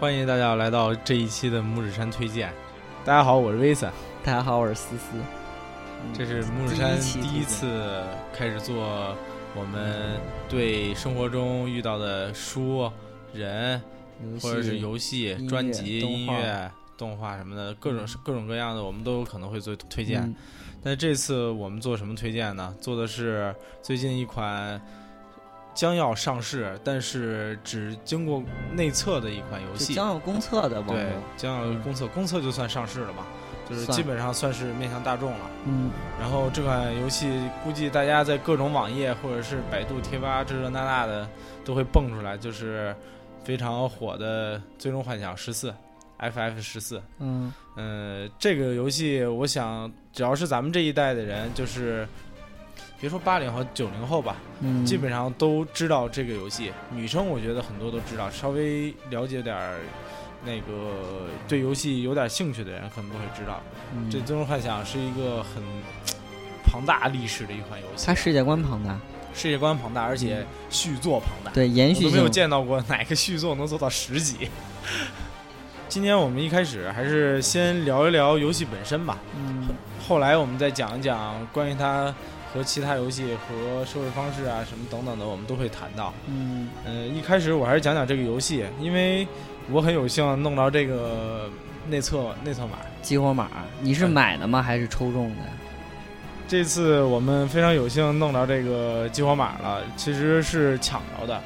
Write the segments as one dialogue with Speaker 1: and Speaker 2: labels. Speaker 1: 欢迎大家来到这一期的拇指山推荐。大家好，我是 Vison，
Speaker 2: 大家好，我是思思。
Speaker 1: 这是拇指山第一次开始做我们对生活中遇到的书、人
Speaker 2: 游戏
Speaker 1: 或者是游戏、专辑、
Speaker 2: 动
Speaker 1: 音
Speaker 2: 画
Speaker 1: 乐、动画嗯什么的，各种各种各样的，我们都有可能会做推荐。
Speaker 2: 嗯
Speaker 1: 但这次我们做什么推荐呢？做的是最近一款将要上市，但是只经过内测的一款游
Speaker 2: 就
Speaker 1: 戏。
Speaker 2: 将要公测的网
Speaker 1: 对
Speaker 2: 游，，
Speaker 1: 将要公测，公测就算上市了吧，就是
Speaker 2: 嗯算
Speaker 1: 基本上算是面向大众了。
Speaker 2: 嗯，
Speaker 1: 然后这款游戏估计大家在各种网页或者是百度贴吧这这那那的都会蹦出来，就是非常火的《最终幻想十四》FF 十四。
Speaker 2: 嗯，
Speaker 1: 嗯，这个游戏我想只要是咱们这一代的人，就是别说八零后、九零后吧，
Speaker 2: 嗯，
Speaker 1: 基本上都知道这个游戏。女生我觉得很多都知道，稍微了解点儿那个对游戏有点兴趣的人可能都会知道。
Speaker 2: 嗯
Speaker 1: 这《最终幻想》是一个很庞大历史的一款游戏
Speaker 2: 它，世界观庞大，
Speaker 1: 世界观庞大，而且续作庞大。
Speaker 2: 对，延
Speaker 1: 我
Speaker 2: 续
Speaker 1: 都没有
Speaker 2: 性，
Speaker 1: 见到过哪个续作能做到十集。 今天我们一开始还是先聊一聊游戏本身吧，
Speaker 2: 嗯，
Speaker 1: 后来我们再讲一讲关于它和其他游戏和收费方式啊什么等等的，我们都会谈到。
Speaker 2: 嗯，
Speaker 1: 呃，一开始我还是讲讲这个游戏，因为我很有幸弄到这个内测内测码。
Speaker 2: 激活码，你是买的吗？还是抽中的？
Speaker 1: 这次我们非常有幸弄到这个激活码了，其实是抢着的。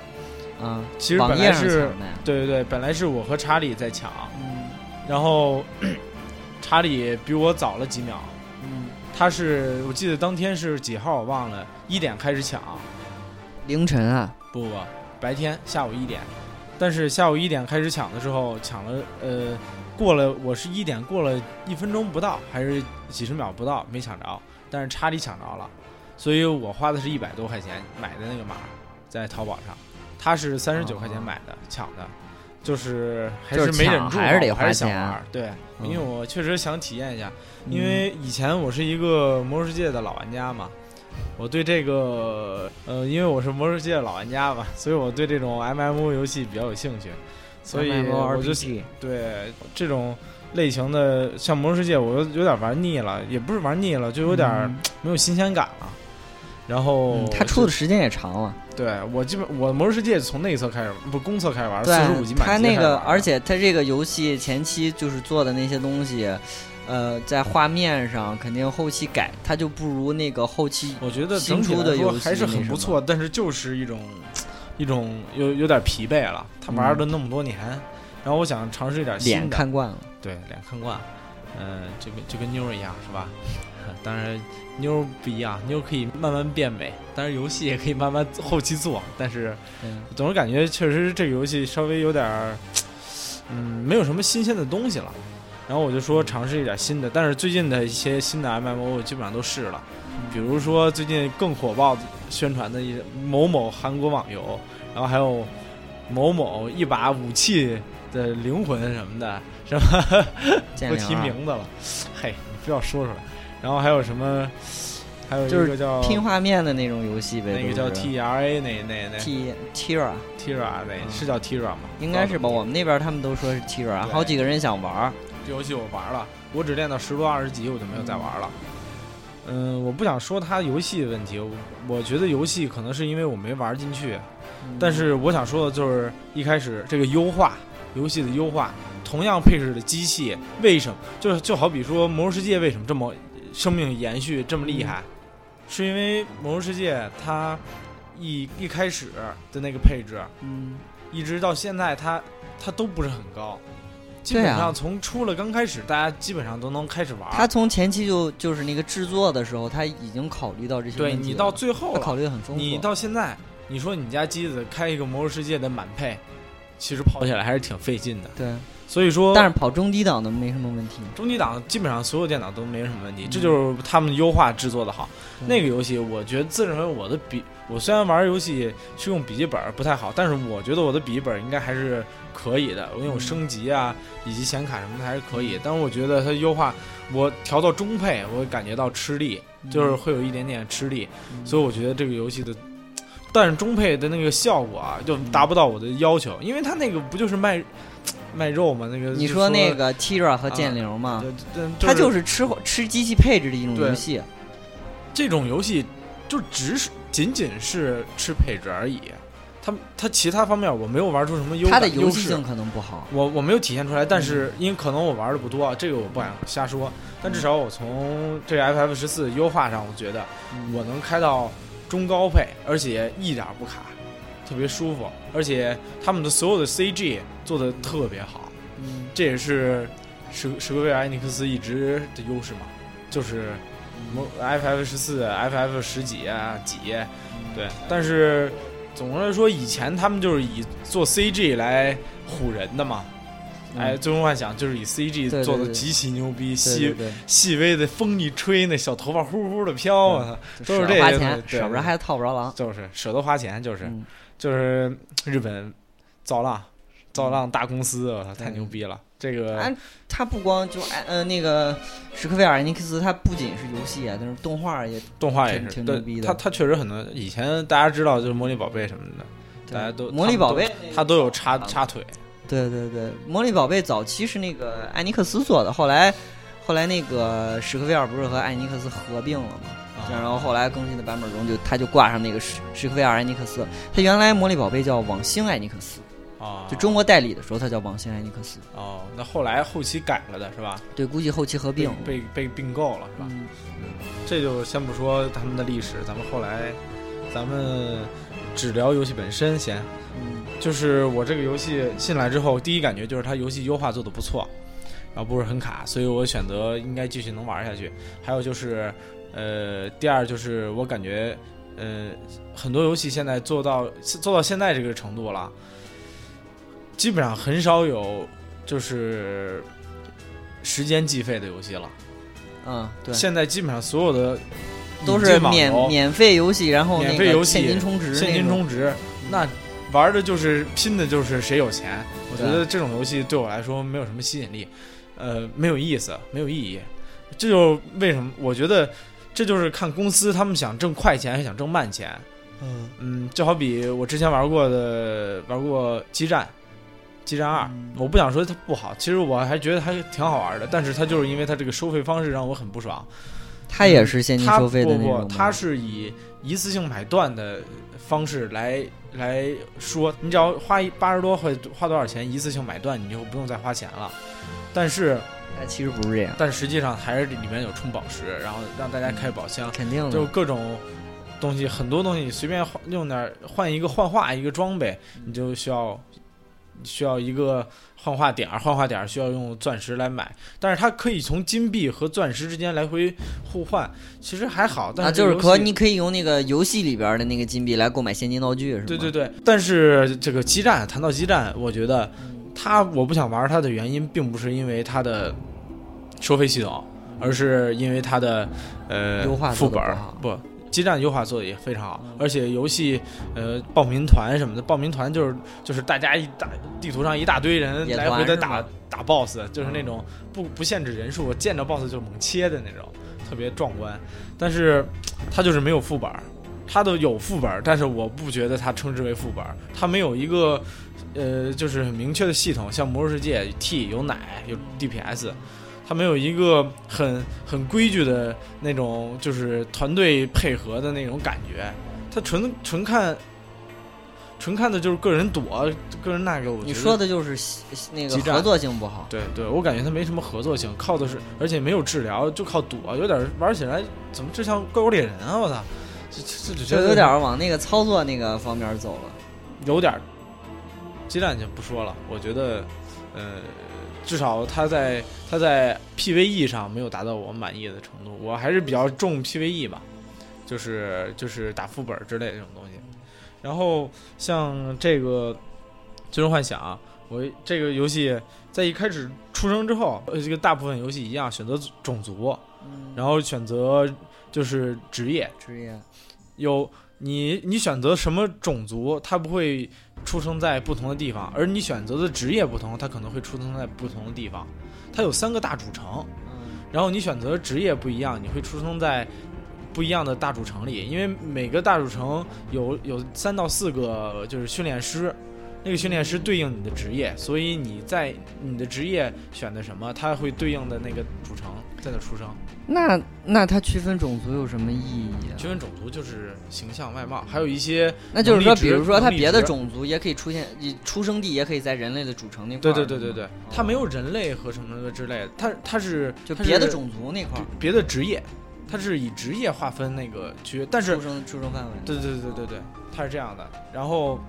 Speaker 2: 啊，
Speaker 1: 其实
Speaker 2: 网
Speaker 1: 本
Speaker 2: 页
Speaker 1: 来
Speaker 2: 上抢
Speaker 1: 是，
Speaker 2: 的呀，
Speaker 1: 对对对，本来是我和查理在抢，
Speaker 2: 嗯
Speaker 1: 然后 查理比我早了几秒，
Speaker 2: 嗯，
Speaker 1: 他是我记得当天是几号我忘了，一点开始抢，
Speaker 2: 凌晨啊，
Speaker 1: 不不不，白天下午一点，但是下午一点开始抢的时候，抢了呃过了我是一点过了一分钟不到，还是几十秒不到没抢着，但是查理抢着了，所以我花的是一百多块钱买的那个码，在淘宝上，他是三十九
Speaker 2: 哦
Speaker 1: 块钱买的、抢的。就是还
Speaker 2: 就是是
Speaker 1: 没忍
Speaker 2: 抢
Speaker 1: 住啊，
Speaker 2: 还是得
Speaker 1: 我还
Speaker 2: 花
Speaker 1: 是想
Speaker 2: 钱
Speaker 1: 玩
Speaker 2: 啊
Speaker 1: 儿，对，
Speaker 2: 嗯
Speaker 1: 因为我确实想体验一下，
Speaker 2: 嗯
Speaker 1: 因为以前我是一个《魔兽世界》的老玩家嘛，我对这个呃，因为我是《魔兽世界》的老玩家嘛，所以我对这种 MMO 游戏比较有兴趣，所以我就
Speaker 2: MMORPG
Speaker 1: 对这种类型的像《魔兽世界》，我有有点玩腻了，也不是玩腻了，就有点儿
Speaker 2: 嗯
Speaker 1: 没有新鲜感了。然后
Speaker 2: 嗯
Speaker 1: 我就、
Speaker 2: 它出的时间也长了，
Speaker 1: 对我基本我《魔兽世界》从内测开始，不公测开始玩，四十五级满级
Speaker 2: 对，它那
Speaker 1: 开始
Speaker 2: 个，
Speaker 1: 玩
Speaker 2: 而且它这个游戏前期就是做的那些东西，呃，在画面上肯定后期改，它就不如那个后期
Speaker 1: 我觉得整
Speaker 2: 新
Speaker 1: 体
Speaker 2: 出
Speaker 1: 来
Speaker 2: 的
Speaker 1: 说
Speaker 2: 游戏
Speaker 1: 还是
Speaker 2: 那
Speaker 1: 很
Speaker 2: 什
Speaker 1: 不
Speaker 2: 么
Speaker 1: 错，但是就是一种一种有有点疲惫了。他玩了那么多年，然后我想尝试一点
Speaker 2: 嗯脸
Speaker 1: 新的，
Speaker 2: 看惯了，
Speaker 1: 对脸看惯，嗯、就跟就跟妞儿一样是吧？ 当然妞儿不一样，妞儿可以慢慢变美，但是游戏也可以慢慢后期做，但是
Speaker 2: 嗯
Speaker 1: 总是感觉确实这个游戏稍微有点儿，嗯，没有什么新鲜的东西了。然后我就说尝试一点新的，但是最近的一些新的 MMO 我基本上都试了，比如说最近更火爆宣传的一某某韩国网游，然后还有某某一把武器的灵魂什么的，什么
Speaker 2: 见
Speaker 1: 不
Speaker 2: 谅
Speaker 1: 提
Speaker 2: 啊
Speaker 1: 名字了，嘿，你非要说出来。然后还有什么，还有一
Speaker 2: 就是
Speaker 1: 个叫
Speaker 2: 拼画面的那种游戏呗，
Speaker 1: 那个
Speaker 2: 都
Speaker 1: 叫
Speaker 2: 是
Speaker 1: TRA 那那那
Speaker 2: T Tira
Speaker 1: Tira 那
Speaker 2: 嗯
Speaker 1: 是叫 Tira 吗？
Speaker 2: 应该是吧？
Speaker 1: 不知道怎么念
Speaker 2: 我们那边他们都说是 Tira，
Speaker 1: 对
Speaker 2: 好几个人想玩儿，
Speaker 1: 这游戏我玩了，我只练到十多二十级，我就没有再玩了。嗯，我不想说它游戏的问题，我我觉得游戏可能是因为我没玩进去，但是我想说的就是一开始这个优化游戏的优化，同样配置的机器，为什么就是就好比说《魔兽世界》为什么这么生命延续这么厉害，
Speaker 2: 嗯
Speaker 1: 是因为《魔兽世界》它一一开始的那个配置，
Speaker 2: 嗯，
Speaker 1: 一直到现在它，它都不是很高。基
Speaker 2: 对
Speaker 1: 本
Speaker 2: 啊
Speaker 1: 上从出了刚开始，大家基本上都能开始玩儿。
Speaker 2: 他从前期就就是那个制作的时候，他已经考虑到这些
Speaker 1: 对
Speaker 2: 问题
Speaker 1: 你
Speaker 2: 了
Speaker 1: 到最后
Speaker 2: 他考
Speaker 1: 了，
Speaker 2: 虑的很丰富，
Speaker 1: 你到现在，你说你家机子开一个《魔兽世界》的满配，其实跑起来还是挺费劲的。
Speaker 2: 对，
Speaker 1: 所以说，
Speaker 2: 但是跑中低档的没什么问题，
Speaker 1: 中低档基本上所有电脑都没什么问题，
Speaker 2: 嗯
Speaker 1: 这就是他们优化制作的好。
Speaker 2: 对
Speaker 1: 那个游戏，我觉得自认为我的笔，我虽然玩游戏是用笔记本不太好，但是我觉得我的笔记本应该还是可以的，因为我
Speaker 2: 嗯
Speaker 1: 升级啊，以及显卡什么的还是可以。但是我觉得它优化，我调到中配，我感觉到吃力，就是会有一点点吃力。
Speaker 2: 嗯
Speaker 1: 所以我觉得这个游戏的，但是中配的那个效果啊，就达不到我的要求，因为它那个不就是卖卖肉嘛，那个
Speaker 2: 你
Speaker 1: 就
Speaker 2: 说
Speaker 1: 说啊
Speaker 2: 那个 Tira 和剑灵嘛，它啊就是是吃吃机器配置的一种
Speaker 1: 对
Speaker 2: 游戏，
Speaker 1: 这种游戏，就只是仅仅是吃配置而已，它它其他方面我没有玩出什么优
Speaker 2: 它的
Speaker 1: 感
Speaker 2: 游
Speaker 1: 优
Speaker 2: 戏
Speaker 1: 势
Speaker 2: 性嗯可能不好。
Speaker 1: 我我没有体现出来，但是因为可能我玩的不多，啊这个我不敢瞎说。但至少我从这个 FF 十四优化上，我觉得嗯我能开到中高配，而且一点儿不卡，特别舒服。而且他们的所有的 CG 做的特别好，
Speaker 2: 嗯
Speaker 1: 这也是史史克威尔艾尼克斯一直的优势嘛，就是模 FF 十四、FF 十几啊几，对。但是总的来说，以前他们就是以做 CG 来唬人的嘛。
Speaker 2: 嗯
Speaker 1: 哎，《最终幻想》就是以 CG
Speaker 2: 对
Speaker 1: 做的
Speaker 2: 对对
Speaker 1: 极其牛逼，
Speaker 2: 对
Speaker 1: 细
Speaker 2: 对对，
Speaker 1: 细微的风一吹，那小头发呼呼的飘啊，都是
Speaker 2: 舍
Speaker 1: 这
Speaker 2: 得花
Speaker 1: 个
Speaker 2: 钱，
Speaker 1: 对
Speaker 2: 舍不
Speaker 1: 对
Speaker 2: 得还套不着 狼。
Speaker 1: 就是舍得花钱，就是
Speaker 2: 嗯
Speaker 1: 就是日本造浪造浪大公司，我操，太牛逼了！这个
Speaker 2: 哎它不光就哎呃那个史克威尔艾尼克斯，它不仅是游戏啊，但是动画也
Speaker 1: 动画也
Speaker 2: 挺
Speaker 1: 是，
Speaker 2: 挺牛
Speaker 1: 对，
Speaker 2: 逼的
Speaker 1: 它它确实很多。以前大家知道就是《魔力宝贝》什么的，
Speaker 2: 对
Speaker 1: 大家都
Speaker 2: 魔力宝贝，
Speaker 1: 它都有插插腿，
Speaker 2: 对对对，魔力宝贝早期是那个艾尼克斯做的，后来后来那个史克威尔不是和艾尼克斯合并了吗？
Speaker 1: 啊
Speaker 2: 然后后来更新的版本中就他就挂上那个史史克威尔艾尼克斯，他原来魔力宝贝叫网星艾尼克斯，
Speaker 1: 啊，
Speaker 2: 就中国代理的时候他叫网星艾尼克斯，
Speaker 1: 哦，那后来后期改了的是吧？
Speaker 2: 对，估计后期合并了。
Speaker 1: 被被被并购了是吧？
Speaker 2: 嗯
Speaker 1: 这就先不说他们的历史，咱们后来，咱们只聊游戏本身先。
Speaker 2: 嗯
Speaker 1: 就是我这个游戏进来之后，第一感觉就是它游戏优化做的不错，然后不是很卡，所以我选择应该继续能玩下去。还有就是，呃，第二就是我感觉，呃，很多游戏现在做到做到现在这个程度了，基本上很少有就是时间计费的游戏了。
Speaker 2: 嗯，对，
Speaker 1: 现在基本上所有的
Speaker 2: 都
Speaker 1: 引
Speaker 2: 是
Speaker 1: 进网
Speaker 2: 免
Speaker 1: 游
Speaker 2: 免费游戏，然后
Speaker 1: 免
Speaker 2: 那
Speaker 1: 费游
Speaker 2: 个
Speaker 1: 戏
Speaker 2: 现金充值，嗯
Speaker 1: 现金，充值，那玩的就是拼的就是谁有钱。我觉
Speaker 2: 对
Speaker 1: 得这种游戏对我来说没有什么吸引力，呃，没有意思，没有意义。这就为什么我觉得这就是看公司他们想挣快钱还是想挣慢钱。
Speaker 2: 嗯，
Speaker 1: 嗯，就好比我之前玩过的玩过《激战》。激战二
Speaker 2: 嗯，
Speaker 1: 我不想说它不好，其实我还觉得还挺好玩的，但是它就是因为它这个收费方式让我很不爽。
Speaker 2: 他也是现金
Speaker 1: 它
Speaker 2: 收费的那
Speaker 1: 不
Speaker 2: 种
Speaker 1: 不，
Speaker 2: 吗，
Speaker 1: 它是以一次性买断的方式来来说，你只要花八十多块花多少钱一次性买断，你就不用再花钱了。但是
Speaker 2: 哎其实不是这样，
Speaker 1: 但实际上还是里面有充宝石，然后让大家开宝箱，
Speaker 2: 肯定
Speaker 1: 就
Speaker 2: 的，啊
Speaker 1: 各种东西，很多东西随便换用点儿换一个幻化一个装备，
Speaker 2: 嗯
Speaker 1: 你就需要需要一个幻化点儿，幻化点儿需要用钻石来买，但是它可以从金币和钻石之间来回互换，其实还好，但
Speaker 2: 啊，
Speaker 1: 是这
Speaker 2: 就
Speaker 1: 个
Speaker 2: 是
Speaker 1: 游戏、
Speaker 2: 可你可以用那个游戏里边的那个金币来购买现金道具，是吗？
Speaker 1: 对对对，但是这个基站，谈到基站，我觉得
Speaker 2: 嗯
Speaker 1: 它我不想玩它的原因，并不是因为它的收费系统，而是因为它的呃
Speaker 2: 优化
Speaker 1: 副
Speaker 2: 做得
Speaker 1: 本儿
Speaker 2: 不好
Speaker 1: 不。基站优化做的也非常好，而且游戏，呃，报名团什么的，报名团就是就是大家一大地图上一大堆人
Speaker 2: 野
Speaker 1: 来回
Speaker 2: 团
Speaker 1: 的
Speaker 2: 是
Speaker 1: 打
Speaker 2: 吗
Speaker 1: 打 BOSS，就是那种不不限制人数，我见着 BOSS 就猛切的那种，特别壮观。但是它就是没有副本儿，它的有副本儿，但是我不觉得它称之为副本儿，它没有一个呃，就是很明确的系统，像《魔兽世界》T 有奶有 DPS，它没有一个很很规矩的那种就是团队配合的那种感觉，它纯纯看。纯看的就是个人躲，个人那个，我觉得
Speaker 2: 你说的就是西那个
Speaker 1: 基站
Speaker 2: 合作性不好，
Speaker 1: 对对，我感觉它没什么合作性，靠的是，而且没有治疗，就靠躲，有点玩起来怎么就像怪物猎人啊！我操，这这这
Speaker 2: 就有点往那个操作那个方面走了。
Speaker 1: 有点儿鸡蛋就不说了，我觉得，呃，至少它在它在 PVE 上没有达到我满意的程度，我还是比较重 PVE 吧，就是就是打副本之类的这种东西。然后像这个《最终幻想》，我这个游戏在一开始出生之后，呃，这个大部分游戏一样选择种族，然后选择就是职业，
Speaker 2: 职业，
Speaker 1: 有你你选择什么种族，它不会出生在不同的地方，而你选择的职业不同，它可能会出生在不同的地方。嗯它有三个大主城，然后你选择职业不一样，你会出生在不一样的大主城里，因为每个大主城有有三到四个就是训练师，那个训练师对应你的职业，所以你在你的职业选的什么，它会对应的那个主城在那出生。
Speaker 2: 那那它区分种族有什么意义啊？
Speaker 1: 区分种族就是形象外貌，还有一些
Speaker 2: 那就是说，
Speaker 1: 能力值
Speaker 2: 比如说它
Speaker 1: 能力值
Speaker 2: 别的种族也可以出现，你出生地也可以在人类的主城那块
Speaker 1: 对
Speaker 2: 儿。
Speaker 1: 对对对对，它没有人类和什么之类的，它它是
Speaker 2: 就
Speaker 1: 它
Speaker 2: 别的
Speaker 1: 是
Speaker 2: 种族那块儿
Speaker 1: 别的职业，它是以职业划分那个区域，但是
Speaker 2: 出生出生范围。
Speaker 1: 对对对对对，它是这样的。然后，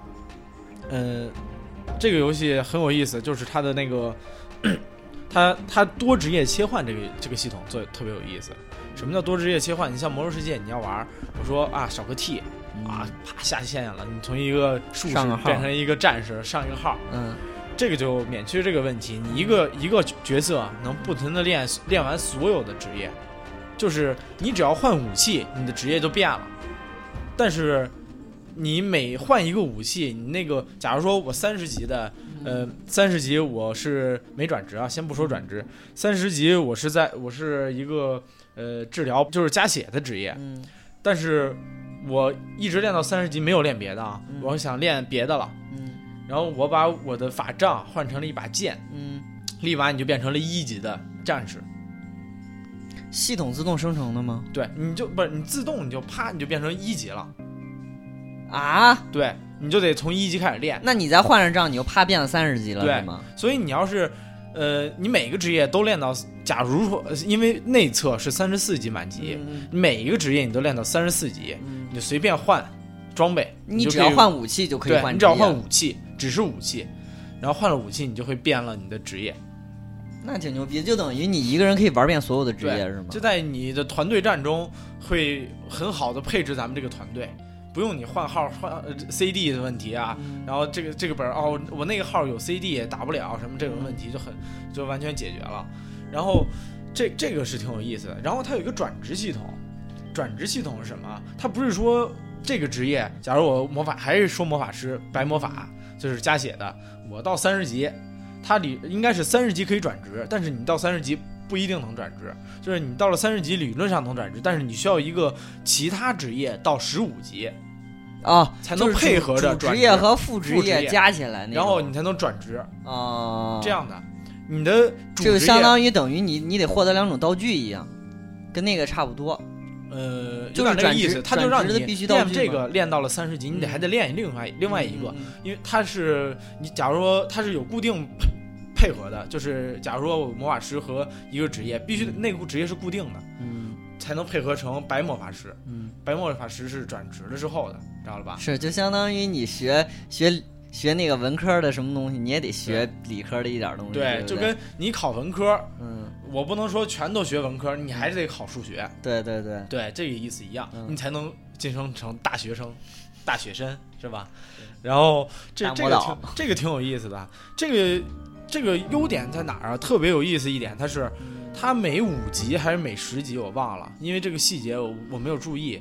Speaker 1: 嗯、这个游戏很有意思，就是它的那个，它它多职业切换这个这个系统做得特别有意思。什么叫多职业切换？你像《魔兽世界》，你要玩儿，我说啊少个 T
Speaker 2: 嗯
Speaker 1: 啊，啪下线了，你从一个术士
Speaker 2: 上个号
Speaker 1: 变成一个战士，上一个号，
Speaker 2: 嗯
Speaker 1: 这个就免去这个问题。你一个一个角色啊能不停的练练完所有的职业，就是你只要换武器，你的职业就变了。但是你每换一个武器，你那个假如说我三十级的，呃，三十级我是没转职啊，先不说转职，三十级我是在我是一个呃治疗就是加血的职业，
Speaker 2: 嗯
Speaker 1: 但是我一直练到三十级没有练别的啊，
Speaker 2: 嗯
Speaker 1: 我想练别的了。
Speaker 2: 嗯
Speaker 1: 然后我把我的法杖换成了一把剑，
Speaker 2: 嗯，
Speaker 1: 立马你就变成了一级的战士。
Speaker 2: 系统自动生成的吗？
Speaker 1: 对，你就不是你自动你就啪你就变成一级了。
Speaker 2: 啊，
Speaker 1: 对，你就得从一级开始练。
Speaker 2: 那你再换上账，你就啪变了三十级了，
Speaker 1: 对
Speaker 2: 是吗？
Speaker 1: 所以你要是，呃，你每个职业都练到，假如说，呃因为内测是三十四级满级，
Speaker 2: 嗯
Speaker 1: 每一个职业你都练到三十四级，
Speaker 2: 嗯，
Speaker 1: 你就随便换装备，
Speaker 2: 你
Speaker 1: 就
Speaker 2: 只
Speaker 1: 可以
Speaker 2: 要换武器就可以
Speaker 1: 对，
Speaker 2: 换，
Speaker 1: 你只要换，武器，只是武器，然后换了武器，你就会变了你的职业。
Speaker 2: 那挺牛逼，就等于你一个人可以玩遍所有的职业是吗
Speaker 1: 就？在你的团队战中会很好的配置咱们这个团队，不用你换号换呃 CD 的问题啊。然后这个这个本儿哦，我那个号有 CD 打不了什么这种问题就很就完全解决了。然后这这个是挺有意思的。然后它有一个转职系统，转职系统是什么？它不是说这个职业，假如我魔法还是说魔法师白魔法就是加血的，我到三十级，它里应该是三十级可以转职，但是你到三十级不一定能转职，就是你到了三十级理论上能转职，但是你需要一个其他职业到十五级
Speaker 2: 啊，
Speaker 1: 才能配合着
Speaker 2: 就是
Speaker 1: 转
Speaker 2: 主主职
Speaker 1: 职
Speaker 2: 业和副职
Speaker 1: 副职业
Speaker 2: 加起来那种，
Speaker 1: 然后你才能转职，
Speaker 2: 啊，
Speaker 1: 这样的。你的主职
Speaker 2: 这
Speaker 1: 业
Speaker 2: 就相当于等于你你得获得两种道具一样，跟那个差不多。
Speaker 1: 呃，
Speaker 2: 就是
Speaker 1: 有点那个
Speaker 2: 转
Speaker 1: 意
Speaker 2: 职
Speaker 1: 思，他
Speaker 2: 转
Speaker 1: 就让
Speaker 2: 职
Speaker 1: 你
Speaker 2: 的必须道具
Speaker 1: 练这
Speaker 2: 嘛
Speaker 1: 个练到了三十级，你得还得练另外另外一个，
Speaker 2: 嗯，
Speaker 1: 因为它是你假如说它是有固定配配合的，就是假如说我魔法师和一个职业必须那个职业是固定的，
Speaker 2: 嗯
Speaker 1: 才能配合成白魔法师。
Speaker 2: 嗯，
Speaker 1: 白魔法师是转职了之后的，知道了吧？
Speaker 2: 是就相当于你学学学那个文科的什么东西，你也得学理科的一点东西。对
Speaker 1: 对，
Speaker 2: 不对，
Speaker 1: 就跟你考文科，
Speaker 2: 嗯，
Speaker 1: 我不能说全都学文科，你还是得考数学，
Speaker 2: 对对对，
Speaker 1: 对，这个意思一样，
Speaker 2: 嗯
Speaker 1: 你才能晋升成大学生、大学生，是吧？然后这
Speaker 2: 大
Speaker 1: 这
Speaker 2: 魔
Speaker 1: 个
Speaker 2: 导
Speaker 1: 挺这个挺有意思的，这个这个优点在哪儿啊？特别有意思一点，它是它每五集还是每十集我忘了，因为这个细节我我没有注意。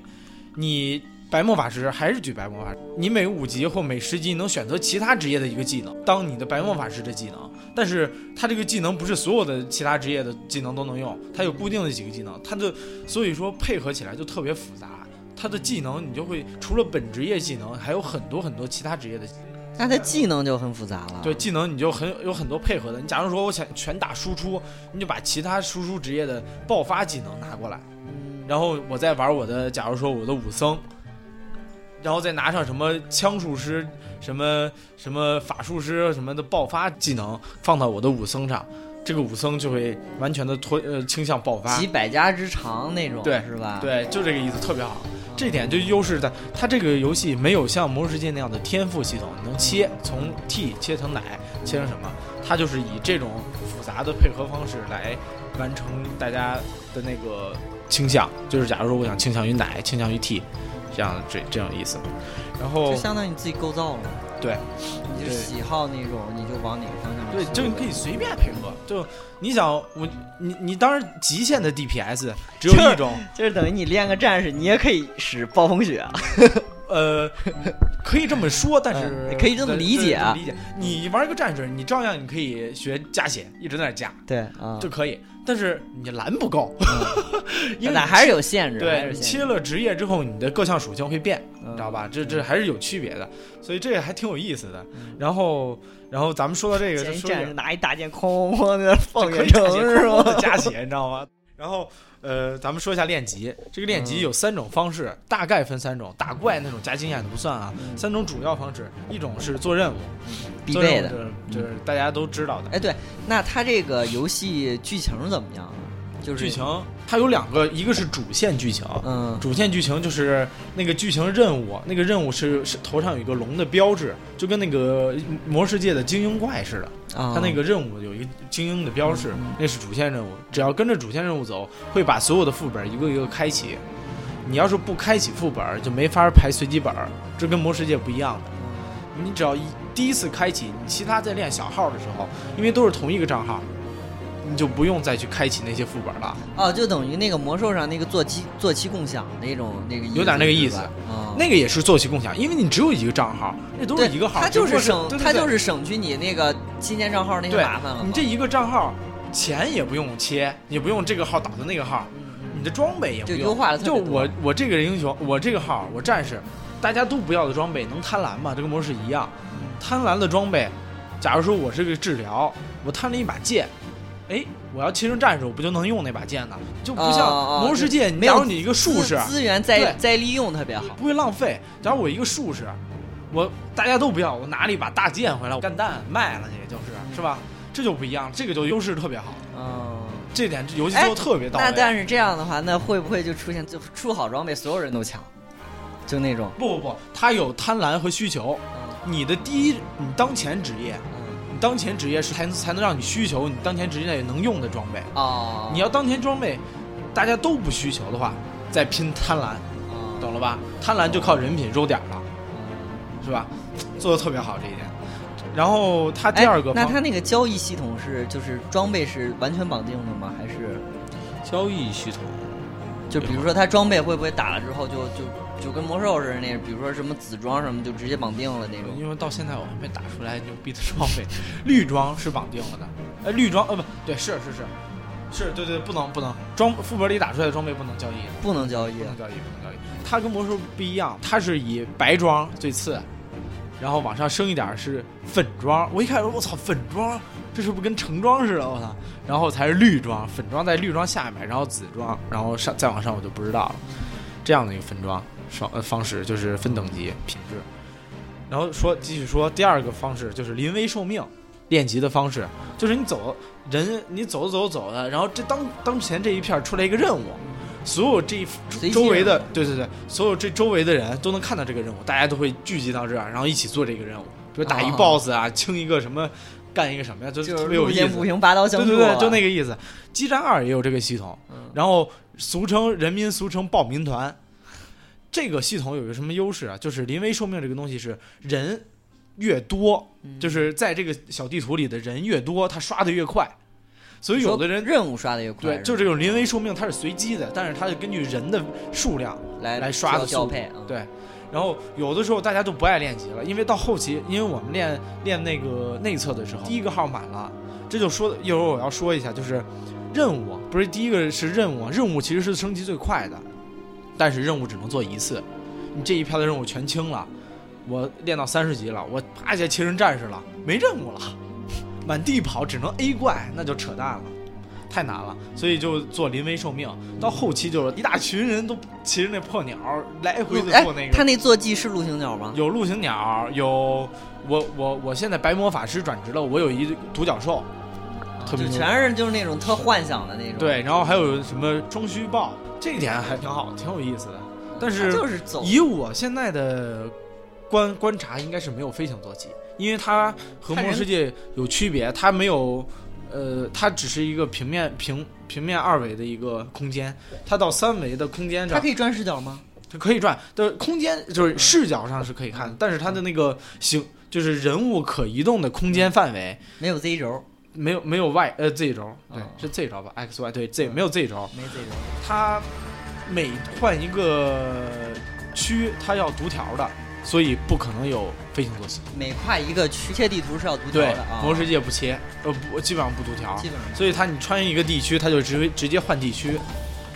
Speaker 1: 你白魔法师还是举白魔法师，你每五级或每十级能选择其他职业的一个技能，当你的白魔法师的技能。但是它这个技能不是所有的其他职业的技能都能用，它有固定的几个技能，它的所以说配合起来就特别复杂。它的技能你就会除了本职业技能，还有很多很多其他职业的
Speaker 2: 那它技能就很复杂了。
Speaker 1: 对技能你就很有很多配合的。你假如说我想全打输出，你就把其他输出职业的爆发技能拿过来，
Speaker 2: 嗯，
Speaker 1: 然后我再玩我的，假如说我的武僧，然后再拿上什么枪术师、什么什么法术师什么的爆发技能放到我的武僧上，这个武僧就会完全的脱呃倾向爆发
Speaker 2: 集。百家之长那种，
Speaker 1: 对
Speaker 2: 是吧？，
Speaker 1: 对，就这个意思，特别好。这点就优势在它这个游戏没有像《魔兽世界》那样的天赋系统，你能切从 T 切成奶，切成什么？它就是以这种复杂的配合方式来完成大家的那个倾向。就是假如说我想倾向于奶，倾向于 T，这样这这样意思。然后
Speaker 2: 就相当于你自己构造了嘛。
Speaker 1: 对，
Speaker 2: 你就
Speaker 1: 对
Speaker 2: 喜好那种，你就往哪个方向去
Speaker 1: 对，
Speaker 2: 做
Speaker 1: 就你可以随便配合。就你想我你你当然极限的 DPS 只有一种，
Speaker 2: 就是等于你练个战士，你也可以使暴风雪啊。
Speaker 1: 呃，可以这么说，但是、
Speaker 2: 嗯可以这么理解啊
Speaker 1: 对对这么理解，你玩一个战士，你照样你可以学加血，一直在那儿加
Speaker 2: 对啊，
Speaker 1: 就可以，但是你蓝不够， 因为
Speaker 2: 嗯那还是有限制，还
Speaker 1: 对
Speaker 2: 是
Speaker 1: 你
Speaker 2: 有
Speaker 1: 切
Speaker 2: 限制，
Speaker 1: 了职业之后，你的各项属性会变，
Speaker 2: 嗯
Speaker 1: 知道吧？这这还是有区别的，所以这还挺有意思的
Speaker 2: 嗯。
Speaker 1: 然后，然后咱们说到这个，
Speaker 2: 前
Speaker 1: 就
Speaker 2: 一
Speaker 1: 说
Speaker 2: 站
Speaker 1: 点
Speaker 2: 着拿一大剑哐哐在那放
Speaker 1: 可
Speaker 2: 远
Speaker 1: 以加
Speaker 2: 程
Speaker 1: 血，
Speaker 2: 是
Speaker 1: 哐哐
Speaker 2: 吗？
Speaker 1: 地加血，你知道吗？然后，呃，咱们说一下练级。这个练级
Speaker 2: 嗯
Speaker 1: 有三种方式，大概分三种。打怪那种加经验的不算啊，
Speaker 2: 嗯
Speaker 1: 三种主要方式，一种是做任务，
Speaker 2: 必
Speaker 1: 做
Speaker 2: 备
Speaker 1: 任务
Speaker 2: 的。嗯
Speaker 1: 就是就是大家都知道的。
Speaker 2: 哎，对，那它这个游戏剧情怎么样啊？就是
Speaker 1: 剧情，它有两个，一个是主线剧情，
Speaker 2: 嗯，
Speaker 1: 主线剧情就是那个剧情任务，那个任务是是头上有一个龙的标志，就跟那个魔世界的精英怪似的。
Speaker 2: 啊，
Speaker 1: 它那个任务有一个精英的标示
Speaker 2: 嗯嗯，
Speaker 1: 那是主线任务。只要跟着主线任务走，会把所有的副本一个一个开启。你要是不开启副本，就没法排随机本儿，这跟魔世界不一样的。
Speaker 2: 嗯
Speaker 1: 你只要一第一次开启，你其他在练小号的时候，因为都是同一个账号，你就不用再去开启那些副本了。
Speaker 2: 哦，就等于那个魔兽上那个坐骑坐骑共享那种那个意思，
Speaker 1: 有点那个意思
Speaker 2: 是吧啊，
Speaker 1: 那个也是坐骑共享，因为你只有一个账号，那都是
Speaker 2: 对
Speaker 1: 一个号，
Speaker 2: 它就
Speaker 1: 只
Speaker 2: 是
Speaker 1: 不
Speaker 2: 省
Speaker 1: 过，对对
Speaker 2: 它
Speaker 1: 对
Speaker 2: 就是省去你那个新建账号那些
Speaker 1: 对
Speaker 2: 麻烦了嘛。
Speaker 1: 你这一个账号，钱也不用切，也不用这个号打到那个号，
Speaker 2: 嗯
Speaker 1: 你的装备也不
Speaker 2: 就
Speaker 1: 用
Speaker 2: 优化了特
Speaker 1: 就
Speaker 2: 别多
Speaker 1: 我我这个英雄，我这个号，我战士，大家都不要的装备能贪婪吗？这个模式一样，贪婪的装备，假如说我是个治疗，我贪了一把剑，哎，我要切成战士，我不就能用那把剑呢？就不像
Speaker 2: 哦哦哦
Speaker 1: 魔兽世界，你
Speaker 2: 没
Speaker 1: 假
Speaker 2: 有
Speaker 1: 如你一个术
Speaker 2: 资
Speaker 1: 士
Speaker 2: 资源再
Speaker 1: 对
Speaker 2: 再利用特别好，
Speaker 1: 不会浪费，假如我一个术士，我大家都不要，我拿了一把大剑回来，我干蛋卖了去，也就是是吧？这就不一样，这个就优势特别好，
Speaker 2: 嗯。
Speaker 1: 这点游戏做的特别到位。
Speaker 2: 那但是这样的话，那会不会就出现就出好装备，所有人都抢，就那种？
Speaker 1: 不不不，它有贪婪和需求。你的第一，你当前职业，
Speaker 2: 嗯
Speaker 1: 你当前职业是才才能让你需求你当前职业内能用的装备。
Speaker 2: 哦，
Speaker 1: 你要当前装备大家都不需求的话，再拼贪婪，
Speaker 2: 哦
Speaker 1: 懂了吧？贪婪就靠人品揉点儿了，是吧？做的特别好这一点。然后它第二个
Speaker 2: 哎那
Speaker 1: 方，
Speaker 2: 它那个交易系统是就是装备是完全绑定的吗？还是
Speaker 3: 交易系统，
Speaker 2: 就比如说它装备会不会打了之后就就就跟魔兽似的那，比如说什么紫装什么就直接绑定了那种？
Speaker 1: 因为到现在我还没打出来牛逼的装备， 绿装是绑定了的，哎，绿装呃不对，是是是，是对对，不能不能装副本里打出来的装备不能交易的。
Speaker 2: 不能交易
Speaker 1: 不
Speaker 2: 啊
Speaker 1: 能交易，不能交易。它跟魔兽不一样，它是以白装最次，然后往上升一点儿是粉装。我一开始我操粉装，这是不是跟橙装似的？我操！然后才是绿装，粉装在绿装下面，然后紫装，然后上再往上我就不知道了。这样的一个分装方呃方式就是分等级品质。然后说继续说第二个方式就是临危受命。练级的方式就是你走人，你走着走着走的，然后这当当前这一片儿出来一个任务，所有这一
Speaker 2: 随机
Speaker 1: 周围
Speaker 2: 任
Speaker 1: 的，对对对，所有这周围的人都能看到这个任务，大家都会聚集到这儿，然后一起做这个任务，比如打一
Speaker 2: 啊
Speaker 1: BOSS 啊，清一个什么，干一个什么呀，就
Speaker 2: 就
Speaker 1: 特
Speaker 2: 是
Speaker 1: 别有
Speaker 2: 路
Speaker 1: 意
Speaker 2: 见
Speaker 1: 思
Speaker 2: 不。平拔刀相
Speaker 1: 对
Speaker 2: 助啊
Speaker 1: 对
Speaker 2: 了，
Speaker 1: 对，就那个意思。激战二也有这个系统，
Speaker 2: 嗯
Speaker 1: 然后俗称人民俗称暴民团。这个系统有一个什么优势啊？就是临危受命这个东西是人越多，
Speaker 2: 嗯
Speaker 1: 就是在这个小地图里的人越多，他刷的越快，所以
Speaker 2: 说
Speaker 1: 有的人
Speaker 2: 任务刷的越快，
Speaker 1: 对，就是这种临危受命，它是随机的，但是它是根据人的数量。
Speaker 2: 吧来
Speaker 1: 来刷的速
Speaker 2: 交
Speaker 1: 度
Speaker 2: 配啊，
Speaker 1: 对，然后有的时候大家都不爱练级了，因为到后期，因为我们练练那个内测的时候，第一个号满了，这就说一会儿我要说一下，就是任务不是第一个是任务，任务其实是升级最快的，但是任务只能做一次，你这一票的任务全清了，我练到三十级了，我啪一下切成战士了，没任务了，满地跑只能 A 怪，那就扯淡了。太难了，所以就做临危受命。到后期就是一大群人都骑着那破鸟儿来回的
Speaker 2: 哎
Speaker 1: 做那个。
Speaker 2: 他那坐骑是陆行鸟吗？
Speaker 1: 有陆行鸟，有我我我现在白魔法师转职了，我有一独角兽，特别
Speaker 2: 就
Speaker 1: 牛
Speaker 2: 全是就是那种特幻想的那种，
Speaker 1: 对，然后还有什么双须豹，这一点还挺好，挺有意思的。但
Speaker 2: 它
Speaker 1: 是
Speaker 2: 就是走
Speaker 1: 以我现在的观观察，应该是没有飞行坐骑，因为它和
Speaker 2: 看
Speaker 1: 魔
Speaker 2: 人
Speaker 1: 世界有区别，它没有，呃，它只是一个平面平平面二维的一个空间，它到三维的空间
Speaker 2: 它
Speaker 1: 上
Speaker 2: 可以嗯转视角吗？
Speaker 1: 它可以转的空间就是视角上是可以
Speaker 2: 嗯
Speaker 1: 看，但是它的那个形就是人物可移动的空
Speaker 2: 嗯
Speaker 1: 间范围
Speaker 2: 没有 Z 轴，
Speaker 1: 没有没有 y 呃 z 轴对
Speaker 2: 哦嗯
Speaker 1: 是 z 轴吧 x y 对 z 没有 z 轴，
Speaker 2: 没 Z 轴。
Speaker 1: 它每换一个区它要读条的，所以不可能有飞行坐骑。
Speaker 2: 每跨一个区切地图是要读条
Speaker 1: 对
Speaker 2: 的啊，，
Speaker 1: 魔兽世界不切，呃，不，基本上不读条，
Speaker 2: 基本上
Speaker 1: 所以它你穿越一个地区，它就直直接换地区，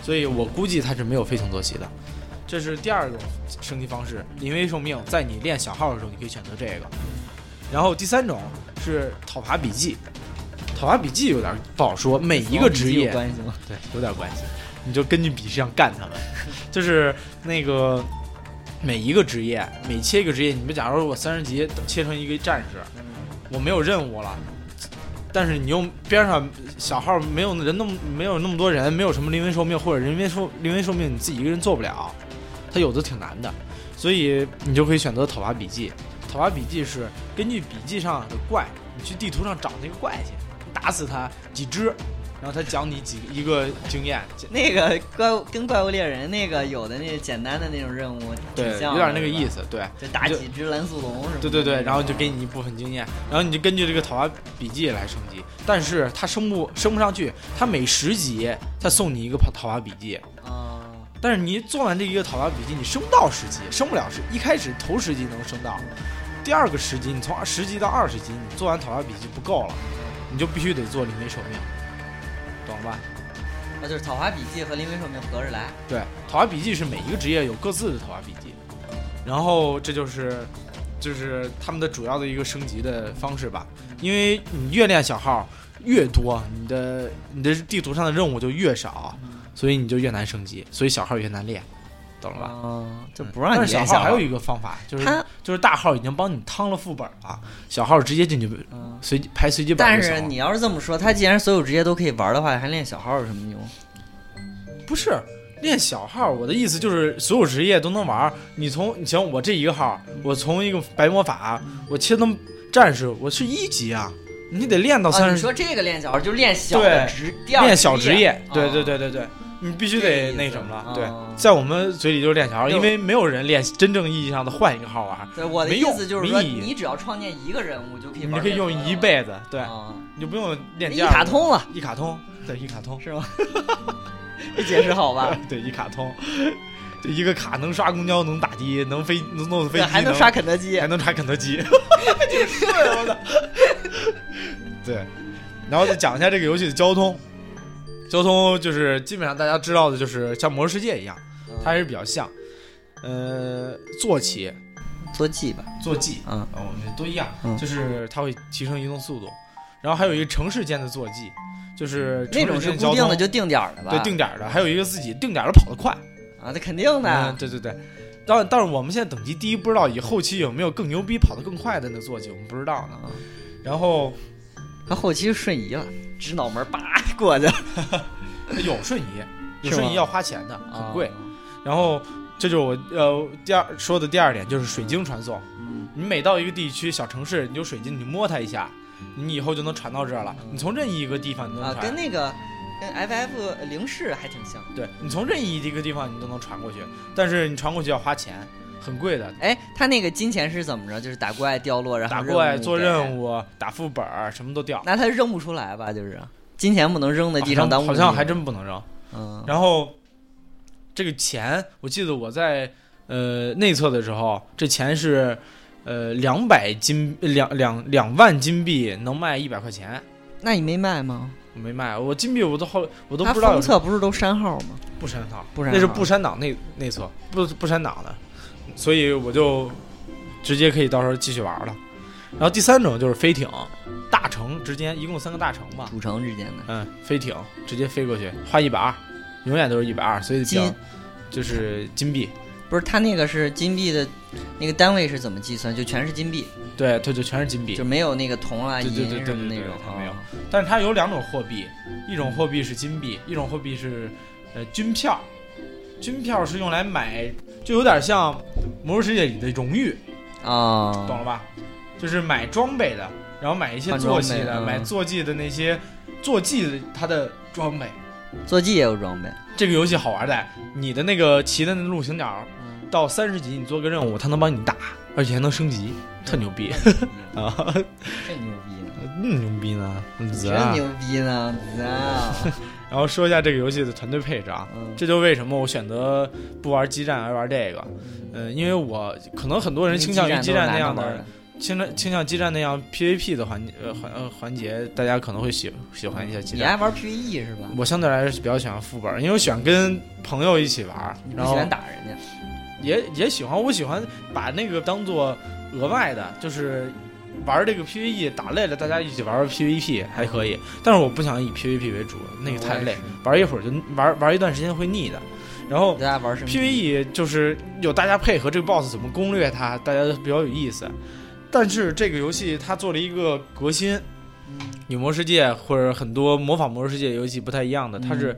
Speaker 1: 所以我估计它是没有飞行坐骑的。这是第二种升级方式，临危受命，在你练小号的时候，你可以选择这个。然后第三种是讨伐笔记，讨伐笔记有点不好说，每一个职业
Speaker 2: 有关系吗？
Speaker 1: 对，有点关系。你就根据比上干他们，就是那个每一个职业，每切一个职业，你们假如说我三十级切成一个战士，啊我没有任务了，但是你又边上小号没有人那么没有那么多人，没有什么临危受命或者临危受临危受命你自己一个人做不了，它有的挺难的，所以你就可以选择讨伐笔记。讨伐笔记是根据笔记上的怪，你去地图上找那个怪去，打死它几只，然后他讲你几一个经验，
Speaker 2: 那个怪物跟怪物猎人那个有的那简单的那种任务，
Speaker 1: 对，
Speaker 2: 挺像
Speaker 1: 有
Speaker 2: 的
Speaker 1: 点那个意
Speaker 2: 是吧，
Speaker 1: 思，对，
Speaker 2: 就打
Speaker 1: 就
Speaker 2: 几只蓝速龙什么的。
Speaker 1: 对对对，然后就给你一部分经验，然后你就根据这个讨伐笔记来升级，但是它升不升不上去，它每十级它送你一个讨讨伐笔记，
Speaker 2: 啊，
Speaker 1: 但是你做完这一个讨伐笔记，你升不到十级，升不了十，一开始头十级能升到，第二个十级你从二十级到二十级，你做完讨伐笔记不够了，你就必须得做临危受命，懂了吧？
Speaker 2: 那就是讨伐笔记和临危受命合着来。
Speaker 1: 对，讨伐笔记是每一个职业有各自的讨伐笔记，然后这就是就是他们的主要的一个升级的方式吧。因为你越练小号越多，你的你的地图上的任务就越少，所以你就越难升级，所以小号越难练，懂了吧？
Speaker 2: 啊，就
Speaker 1: 嗯
Speaker 2: 不让
Speaker 1: 但
Speaker 2: 你
Speaker 1: 是
Speaker 2: 练
Speaker 1: 小号还有
Speaker 2: 一
Speaker 1: 一个方法，就是
Speaker 2: 他
Speaker 1: 就是大号已经帮你趟了副本了，小号直接进去
Speaker 2: 啊
Speaker 1: 随机排随机本
Speaker 2: 但
Speaker 1: 就行了。
Speaker 2: 是你要是这么说，他既然所有职业都可以玩的话，还练小号有什么用？
Speaker 1: 不是练小号，我的意思就是所有职业都能玩儿。你从你行，我这一个号，我从一个白魔法，我切成战士，我是一级啊，你得练到
Speaker 2: 啊，
Speaker 1: 三
Speaker 2: 你
Speaker 1: 十、
Speaker 2: 说这个练小号就是练小的
Speaker 1: 对
Speaker 2: 职，
Speaker 1: 练小职业，对对
Speaker 2: 对，
Speaker 1: 对对对，你必须
Speaker 2: 这个
Speaker 1: 得
Speaker 2: 意思
Speaker 1: 那什么了。
Speaker 2: 啊
Speaker 1: 对，在我们嘴里就是练小号，
Speaker 2: 就
Speaker 1: 因为没有人练真正意义上的换一个号玩儿，
Speaker 2: 对我的
Speaker 1: 没
Speaker 2: 意
Speaker 1: 用
Speaker 2: 思就是
Speaker 1: 没
Speaker 2: 说，
Speaker 1: 意义
Speaker 2: 你只要创建一个人物就可以玩
Speaker 1: 你
Speaker 2: 这
Speaker 1: 可
Speaker 2: 个了，
Speaker 1: 以用一辈子，对，
Speaker 2: 啊，
Speaker 1: 你就不用练
Speaker 2: 一
Speaker 1: 第二
Speaker 2: 卡
Speaker 1: 个
Speaker 2: 通了
Speaker 1: 一卡通，对，一卡通，
Speaker 2: 是吗？ 这解释好吧？
Speaker 1: 对，一卡通，就一个卡能刷公交，能打的，能飞，能弄飞
Speaker 2: 对，
Speaker 1: 机，
Speaker 2: 还能刷肯德基
Speaker 1: 还，能查肯德 基，就是我的。 对，然后再讲一下这个游戏的交通。交通就是基本上大家知道的，就是像《魔兽世界》一样，
Speaker 2: 嗯
Speaker 1: 它还是比较像。呃，坐骑、
Speaker 2: 坐骑吧，
Speaker 1: 坐骑
Speaker 2: 嗯
Speaker 1: 啊，我们都一样
Speaker 2: 嗯，
Speaker 1: 就是它会提升移动速度。然后还有一个城市间的坐骑，就是
Speaker 2: 那种
Speaker 1: 城市
Speaker 2: 是
Speaker 1: 间交
Speaker 2: 固定的
Speaker 1: 通
Speaker 2: 就定点儿的吧？
Speaker 1: 对定点儿的，还有一个自己定点儿的跑得快。
Speaker 2: 啊，那肯定
Speaker 1: 嗯，
Speaker 2: 的。
Speaker 1: 对对对。但但是我们现在等级低，不知道以后期有没有更牛逼、跑得更快的那坐骑，我们不知道
Speaker 2: 嗯
Speaker 1: 呢。然后
Speaker 2: 啊他后期就瞬移了，直脑门儿叭过去了，
Speaker 1: 哎有瞬移，有
Speaker 2: 是吗
Speaker 1: 瞬移要花钱的，很贵
Speaker 2: 啊。。
Speaker 1: 然后这就是我呃第二说的第二点，就是水晶传送。
Speaker 2: 嗯
Speaker 1: 你每到一个地区、小城市，你就水晶，你摸它一下，你以后就能传到这儿了。你从任意一个地方你都能
Speaker 2: 嗯啊，
Speaker 1: 传
Speaker 2: 跟，那个跟 FF 零式还挺像。
Speaker 1: 对你从任意一个地方你都能传过去，但是你传过去要花钱，很贵的。
Speaker 2: 哎，他那个金钱是怎么着？就是打怪掉落，然后
Speaker 1: 打怪、
Speaker 2: 务
Speaker 1: 做
Speaker 2: 给
Speaker 1: 任，务、打副本儿，什么都掉。
Speaker 2: 那他扔不出来吧？就是金钱不能扔在地上当物
Speaker 1: 好像还真不能扔。
Speaker 2: 嗯
Speaker 1: 然后这个钱，我记得我在呃内测的时候，这钱是呃两百金呃两两两万金币能卖一百块钱，
Speaker 2: 那你没卖吗？
Speaker 1: 我没卖，我金币我都后我都
Speaker 2: 他
Speaker 1: 不知道
Speaker 2: 封
Speaker 1: 有什么
Speaker 2: 测不是都删号吗？
Speaker 1: 不删档，
Speaker 2: 不删
Speaker 1: 那是
Speaker 2: 档
Speaker 1: 不删档内内测不不删档的，所以我就直接可以到时候继续玩了。然后第三种就是飞艇，大城之间一共三个大城吧，
Speaker 2: 主城之间的
Speaker 1: 嗯，飞艇直接飞过去，花一百二，永远都是一百二，所以比较
Speaker 2: 金
Speaker 1: 就是金币，
Speaker 2: 不是他那个是金币的，那个单位是怎么计算？就全是金币，
Speaker 1: 对，它就全是金币
Speaker 2: 就。没有那个铜啊、
Speaker 1: 对对对
Speaker 2: 银什么
Speaker 1: 对对对
Speaker 2: 那种，
Speaker 1: 它没有
Speaker 2: 啊
Speaker 1: 但是它有两种货币，一种货币是金币，一种货币是呃军票。军票是用来买，就有点像《魔兽世界》里的荣誉，
Speaker 2: 啊，
Speaker 1: 懂了吧？就是买装备的，然后买一些
Speaker 2: 换装
Speaker 1: 坐
Speaker 2: 备
Speaker 1: 骑的，
Speaker 2: 嗯
Speaker 1: 买坐骑的那些坐骑的它的装备。
Speaker 2: 坐骑也有 装备，
Speaker 1: 这个游戏好玩在你的那个骑的那陆行鸟
Speaker 2: 嗯
Speaker 1: 到三十级，你做个任务，它能帮你打，而且还能升级，特牛逼 啊！
Speaker 2: 嗯这牛逼呢！
Speaker 1: 那么牛逼呢？嗯子
Speaker 2: 真
Speaker 1: 啊
Speaker 2: 牛逼呢，子啊，
Speaker 1: 然后说一下这个游戏的团队配置啊，
Speaker 2: 嗯
Speaker 1: 这就为什么我选择不玩激战而玩这个。嗯，因为我可能很多人倾向于激战那样
Speaker 2: 的
Speaker 1: 的，，倾向倾向激战那样 PVP 的环呃环呃环节，大家可能会喜喜欢一下激
Speaker 2: 你
Speaker 1: 战。
Speaker 2: 爱玩 PVE 是吧？
Speaker 1: 我相对来说比较喜欢副本，因为我喜欢跟朋友一起玩，
Speaker 2: 你不
Speaker 1: 然
Speaker 2: 喜
Speaker 1: 后
Speaker 2: 欢打人家，
Speaker 1: 也也喜欢，我喜欢把那个当做额外的，就是玩这个 PVE 打累了，大家一起玩玩 PVP 还可以，但是我不想以 PVP 为主，那
Speaker 2: 嗯
Speaker 1: 个太累，玩一会儿就玩玩一段时间会腻的。然后
Speaker 2: 大家玩什么
Speaker 1: PVE E 就是有大家配合这个 BOSS 怎么攻略它，大家比较有意思。但是这个游戏它做了一个革新，与魔世界或者很多模仿魔兽世界游戏不太一样的，它是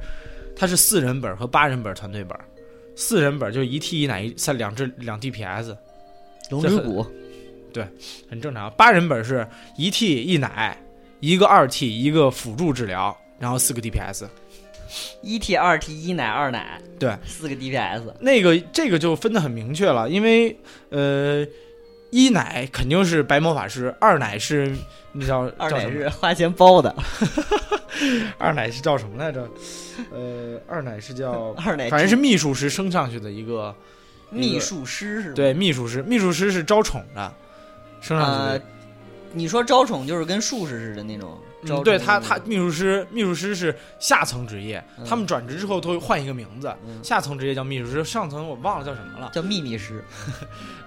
Speaker 1: 它是四人本和八人本团队本，四人本就一 T 一奶一三两只两 DPS
Speaker 2: 龙之谷，
Speaker 1: 很正常，八人本是一 T 一奶一个二 T 一个辅助治疗，然后四个 DPS。
Speaker 2: 一 T 二 T 一奶二奶，
Speaker 1: 对，
Speaker 2: 四个 DPS，
Speaker 1: 那个这个就分得很明确了，因为呃，一奶肯定是白魔法师，二奶是那叫
Speaker 2: 二
Speaker 1: 叫
Speaker 2: 奶
Speaker 1: 什么
Speaker 2: 是花钱包的，
Speaker 1: 二奶是叫什么来着？呃，二奶是叫
Speaker 2: 二奶
Speaker 1: 反正是秘术师升上去的一个，一
Speaker 2: 秘
Speaker 1: 个
Speaker 2: 术师是吧？
Speaker 1: 对，秘术师，秘术师是招宠的，升上去的。
Speaker 2: 呃，你说招宠就是跟术士似的那种，
Speaker 1: 嗯
Speaker 2: 招宠
Speaker 1: 对
Speaker 2: 那
Speaker 1: 他，
Speaker 2: 种
Speaker 1: 他秘术师，秘术师是下层职业，
Speaker 2: 嗯
Speaker 1: 他们转职之后都会换一个名字，
Speaker 2: 嗯
Speaker 1: 下层职业叫秘术师，上层我忘了叫什么了。
Speaker 2: 叫秘密师，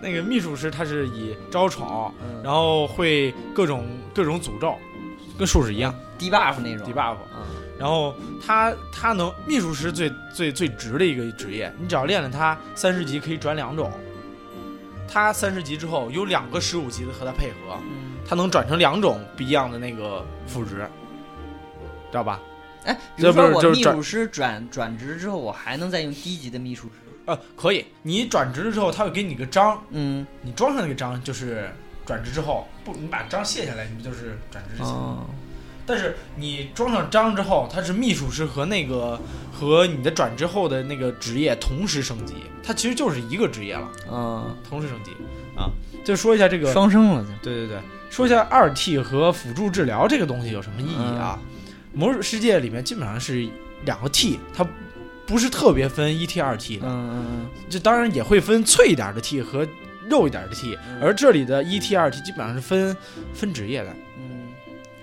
Speaker 1: 那个秘术师他是以招宠，
Speaker 2: 嗯
Speaker 1: 然后会各种各种诅咒，跟术士一样
Speaker 2: debuff 那种
Speaker 1: debuff。
Speaker 2: 啊，
Speaker 1: 然后他他能秘术师最最最值的一个职业，你只要练了他三十级可以转两种，他三十级之后有两个十五级的和他配合，
Speaker 2: 嗯，
Speaker 1: 他能转成两种不一样的那个副职，知道吧？
Speaker 2: 哎，比如
Speaker 1: 这不
Speaker 2: 说
Speaker 1: 是就
Speaker 2: 我
Speaker 1: 是
Speaker 2: 秘
Speaker 1: 转
Speaker 2: 术师转转职之后，我还能再用低级的秘术师，
Speaker 1: 呃，可以，你转职了之后他会给你个章，
Speaker 2: 嗯，
Speaker 1: 你装上那个章就是转职之后不，你把章卸下来，你不就是转职之前？
Speaker 2: 哦，
Speaker 1: 但是你装上章之后，它是秘术师和那个和你的转职后的那个职业同时升级，它其实就是一个职业了，
Speaker 2: 嗯，
Speaker 1: 同时升级啊。就说一下这个，
Speaker 2: 双生了就，
Speaker 1: 对对对，说一下二 T 和辅助治疗这个东西有什么意义啊？魔兽世界里面基本上是两个 T，它不是特别分一 T 二 T 的，
Speaker 2: 嗯
Speaker 1: 这当然也会分脆一点的 T 和肉一点的 T，
Speaker 2: 嗯
Speaker 1: 而这里的一 T 二 T 基本上是分分职业的。
Speaker 2: 嗯嗯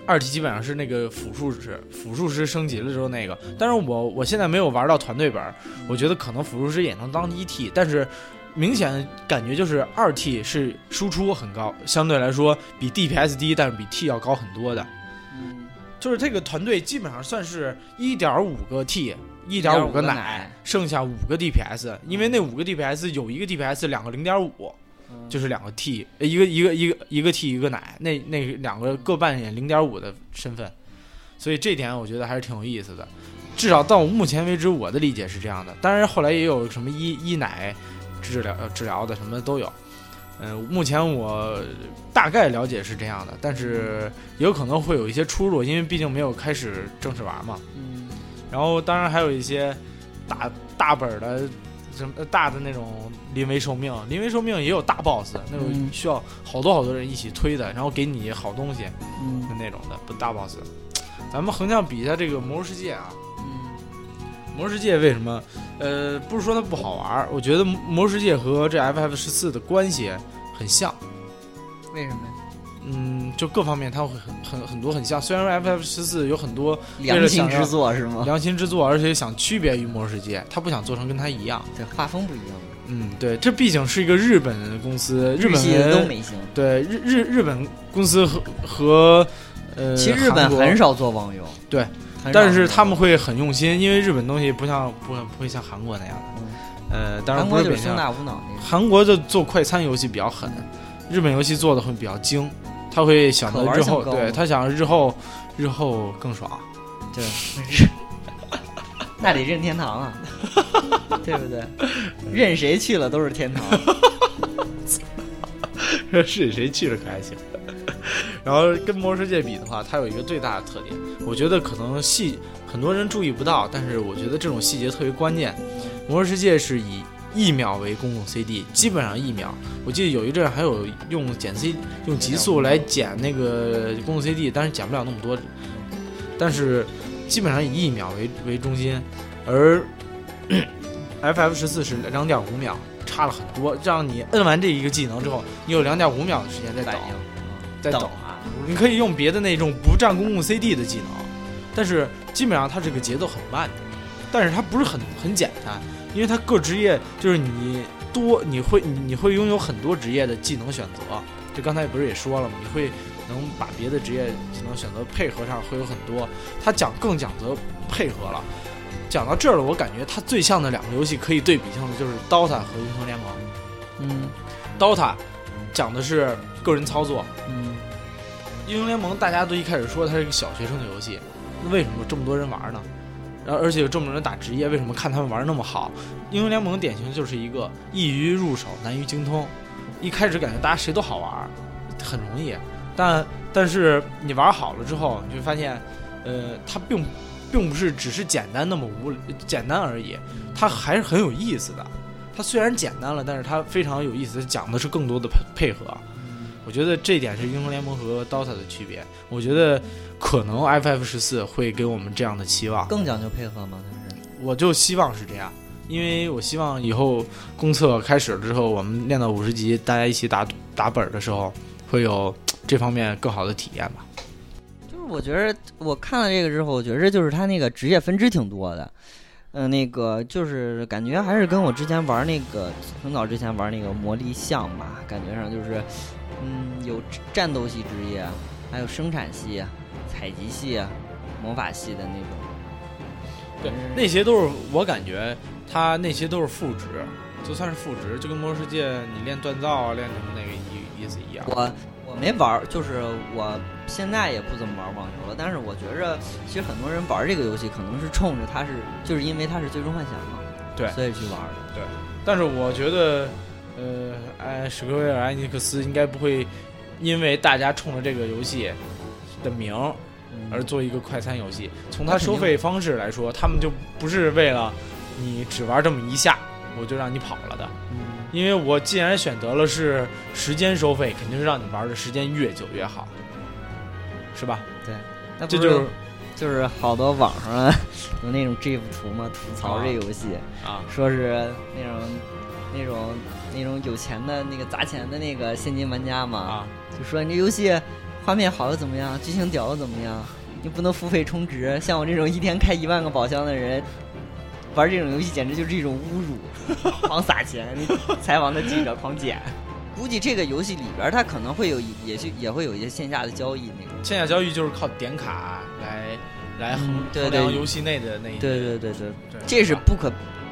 Speaker 1: 二 T 基本上是那个辅助师，辅助师升级了之后那个，但是我我现在没有玩到团队本儿，我觉得可能辅助师也能当一 T，但是明显感觉就是二 T 是输出很高，相对来说比 DPS 低，但是比 T 要高很多的，
Speaker 2: 嗯，
Speaker 1: 就是这个团队基本上算是一点五个 T，一点五
Speaker 2: 个
Speaker 1: 个奶，，剩下五个 DPS，因为那五个 DPS 有一个 DPS 两个零点五，
Speaker 2: 嗯
Speaker 1: 就是两个 T，呃一个一个一个一个 T 一个奶，那那两个各扮演零点五的身份，所以这点我觉得还是挺有意思的。至少到目前为止，我的理解是这样的。当然，后来也有什么一一奶治疗呃治疗的什么都有。嗯、目前我大概了解是这样的，但是也有可能会有一些出入，因为毕竟没有开始正式玩嘛。
Speaker 2: 嗯，
Speaker 1: 然后当然还有一些大大本儿的什么呃大的那种临危受命，临危受命也有大 boss 那种
Speaker 2: 嗯
Speaker 1: 需要好多好多人一起推的，然后给你好东西的
Speaker 2: 嗯
Speaker 1: 那种的不大 boss。咱们横向比一下这个魔兽世界啊，
Speaker 2: 嗯
Speaker 1: 魔兽世界为什么？呃，不是说它不好玩儿，我觉得魔兽世界和这 FF 十四的关系很像。
Speaker 2: 为什么呀？
Speaker 1: 嗯，就各方面它会很很很多很像，虽然 FF 十四有很多
Speaker 2: 良心之作是吗？
Speaker 1: 良心之作，而且想区别于魔兽世界，他不想做成跟它一样。
Speaker 2: 对，画风不一样，
Speaker 1: 嗯，对，这毕竟是一个日本公司，日本
Speaker 2: 系的都
Speaker 1: 人
Speaker 2: 没行。
Speaker 1: 对日日日本公司和和呃，
Speaker 2: 其实日本
Speaker 1: 韩国
Speaker 2: 很，少做网游，
Speaker 1: 对
Speaker 2: 很少做网游，
Speaker 1: 但是他们会很用心，因为日本东西不像不会不会像韩国那样的
Speaker 2: 嗯，
Speaker 1: 呃，当然
Speaker 2: 韩
Speaker 1: 不
Speaker 2: 国
Speaker 1: 是
Speaker 2: 就是
Speaker 1: 北
Speaker 2: 胸
Speaker 1: 京，
Speaker 2: 大无脑那种，
Speaker 1: 韩国就做快餐游戏比较狠，日本游戏做的会比较精，他会想
Speaker 2: 可
Speaker 1: 到
Speaker 2: 玩
Speaker 1: 日
Speaker 2: 性
Speaker 1: 后，
Speaker 2: 高
Speaker 1: 对他想日后日后更爽，
Speaker 2: 对，那得任天堂啊，对不对？任谁去了都是天堂。
Speaker 1: 是谁去了可还行。然后跟魔兽世界比的话，它有一个最大的特点，我觉得可能细很多人注意不到，但是我觉得这种细节特别关键。魔兽世界是以一秒为公共 CD，基本上一秒。我记得有一阵儿还有用减 C 用极速来减那个公共 CD，但是减不了那么多，但是基本上以一秒为为中心，而 FF 十四是两点五秒，差了很多。让你摁完这一个技能之后，你有两点五秒的时间再
Speaker 2: 反
Speaker 1: 倒，
Speaker 2: 应
Speaker 1: 再
Speaker 2: 等
Speaker 1: 倒。
Speaker 2: 啊，
Speaker 1: 你可以用别的那种不占公共 CD 的技能，但是基本上它这个节奏很慢的，但是它不是很很简单，因为它各职业就是你多你会你你会拥有很多职业的技能选择，就刚才不是也说了吗？你会能把别的职业技能选择配合上会有很多，它讲更讲究配合了。讲到这儿了，我感觉它最像的两个游戏可以对比性的就是《DOTA》和《英雄联盟
Speaker 2: 嗯》。
Speaker 1: 《DOTA》讲的是个人操作，
Speaker 2: 嗯
Speaker 1: 英雄联盟大家都一开始说它是一个小学生的游戏，那为什么这么多人玩呢？然后而且有这么多人打职业，为什么看他们玩那么好？英雄联盟典型就是一个易于入手，难于精通。一开始感觉大家谁都好玩，很容易，但但是你玩好了之后，你就发现，呃，它并并不是只是简单那么无简单而已，它还是很有意思的。它虽然简单了，但是它非常有意思，它讲的是更多的配配合。我觉得这一点是英雄联盟和 DOTA 的区别。我觉得可能 FF 十四会给我们这样的期望，
Speaker 2: 更讲究配合吗？它是
Speaker 1: 我就希望是这样，因为我希望以后公测开始了之后，我们练到五十级，大家一起打打本儿的时候，会有这方面更好的体验吧。
Speaker 2: 就是我觉得我看了这个之后，我觉得就是它那个职业分支挺多的。嗯、那个就是感觉还是跟我之前玩那个很早之前玩那个魔力象吧，感觉上就是，嗯，有战斗系职业，还有生产系、采集系、魔法系的那种。
Speaker 1: 对，那些都是我感觉它那些都是副职，就算是副职，就跟魔兽世界你练锻造啊，练什么那个意意思一样。
Speaker 2: 我我没玩儿，就是我现在也不怎么玩网游了。但是我觉着，其实很多人玩这个游戏，可能是冲着它是，就是因为它是最终幻想嘛，
Speaker 1: 对
Speaker 2: 所以去玩儿的。
Speaker 1: 但是我觉得，呃，哎，史克威尔艾尼克斯应该不会因为大家冲着这个游戏的名儿
Speaker 2: 嗯
Speaker 1: 而做一个快餐游戏。从
Speaker 2: 那
Speaker 1: 它
Speaker 2: 肯
Speaker 1: 收
Speaker 2: 定
Speaker 1: 费方式来说，他们就不是为了你只玩这么一下我就让你跑了的。
Speaker 2: 嗯
Speaker 1: 因为我既然选择了是时间收费，肯定是让你玩的时间越久越好，是吧？
Speaker 2: 那不
Speaker 1: 这就是
Speaker 2: 就是好多网上 有那种 GIF 图嘛，吐槽
Speaker 1: 啊
Speaker 2: 这游戏，
Speaker 1: 啊，
Speaker 2: 说是那种那种那种有钱的那个砸钱的那个现金玩家嘛，
Speaker 1: 啊，
Speaker 2: 就说你这游戏画面好又怎么样，剧情屌又怎么样，你不能付费充值。像我这种一天开一万个宝箱的人，玩这种游戏简直就是一种侮 辱，狂撒钱，你采访的记者狂捡。估计这个游戏里边儿它可能会有一，也是也会有一些线下的交易那种。
Speaker 1: 线下交易就是靠点卡来来衡
Speaker 2: 嗯对
Speaker 1: 衡
Speaker 2: 对
Speaker 1: 量游戏内的那一
Speaker 2: 对对对对，
Speaker 1: 对
Speaker 2: 这是
Speaker 1: 吧
Speaker 2: 不可